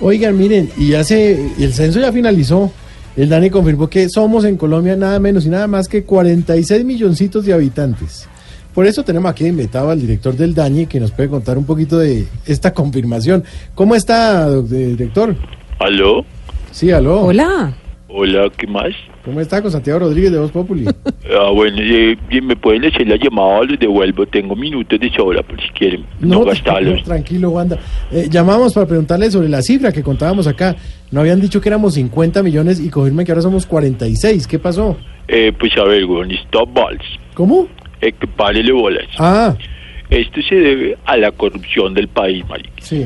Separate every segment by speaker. Speaker 1: Oigan, miren, y ya se, el censo ya finalizó. El DANE confirmó que somos en Colombia nada menos y nada más que 46 milloncitos de habitantes. Por eso tenemos aquí invitado al director del DANE que nos puede contar un poquito de esta confirmación. ¿Cómo está, doc- eh, director?
Speaker 2: ¿Aló?
Speaker 1: Sí, aló.
Speaker 3: Hola.
Speaker 2: Hola, ¿qué más?
Speaker 1: ¿Cómo está con Santiago Rodríguez de Voz Populi?
Speaker 2: Ah, bueno, eh, bien, me pueden hacer la llamada, les devuelvo. Tengo minutos de sobra por si quieren. No, gastarlos.
Speaker 1: tranquilo, tranquilo, Wanda. Eh, llamamos para preguntarle sobre la cifra que contábamos acá. No habían dicho que éramos 50 millones y confirman que ahora somos 46. ¿Qué pasó?
Speaker 2: Eh, pues a ver, weón, stop balls.
Speaker 1: ¿Cómo?
Speaker 2: Eh, que párele bolas.
Speaker 1: Ah,
Speaker 2: Esto se debe a la corrupción del país, marica.
Speaker 1: sí.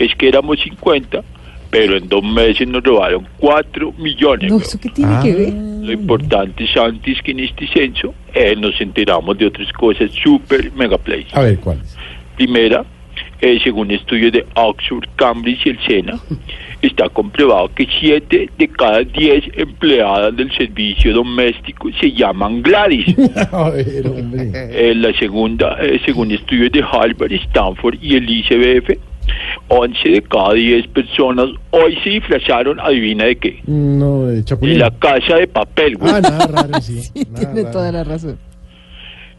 Speaker 2: Es que éramos 50, pero en dos meses nos robaron 4 millones.
Speaker 3: No,
Speaker 2: weón.
Speaker 3: ¿eso qué tiene
Speaker 1: Ah.
Speaker 3: que ver?
Speaker 2: Lo importante, Santi, es que en este censo eh, nos enteramos de otras cosas super mega play.
Speaker 1: A ver, ¿cuál es?
Speaker 2: Primera, eh, según estudios de Oxford, Cambridge y el SENA, está comprobado que 7 de cada 10 empleadas del servicio doméstico se llaman Gladys.
Speaker 1: A ver, hombre.
Speaker 2: Eh, la segunda, eh, según estudios de Harvard, Stanford y el ICBF, 11 de cada 10 personas hoy se disfrazaron, adivina de qué,
Speaker 1: No, de
Speaker 2: de
Speaker 1: Chapulín.
Speaker 2: la casa de papel. güey.
Speaker 1: Ah, nada raro, sí. nada
Speaker 3: Tiene
Speaker 1: raro.
Speaker 3: toda la razón.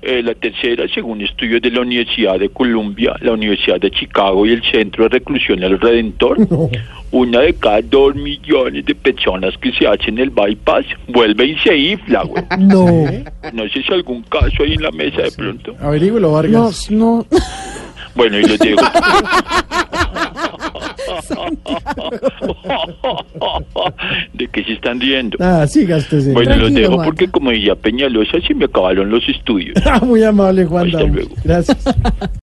Speaker 2: Eh, la tercera, según estudios de la Universidad de Columbia, la Universidad de Chicago y el Centro de Reclusión El Redentor,
Speaker 1: No.
Speaker 2: una de cada dos millones de personas que se hacen el bypass vuelve y se infla, güey.
Speaker 1: No.
Speaker 2: No sé si algún caso ahí en la mesa de pronto.
Speaker 1: Averígüelo,
Speaker 3: No,
Speaker 1: Vargas.
Speaker 3: no.
Speaker 2: Bueno, y les digo. ¿De qué se están riendo?
Speaker 1: Ah, siga usted, señor.
Speaker 2: Bueno, los
Speaker 3: Tranquilo,
Speaker 2: dejo
Speaker 3: Juan.
Speaker 2: porque como diría Peñalosa, se me acabaron los estudios.
Speaker 1: Ah, muy amable, Juan.
Speaker 2: Hasta luego.
Speaker 1: Gracias.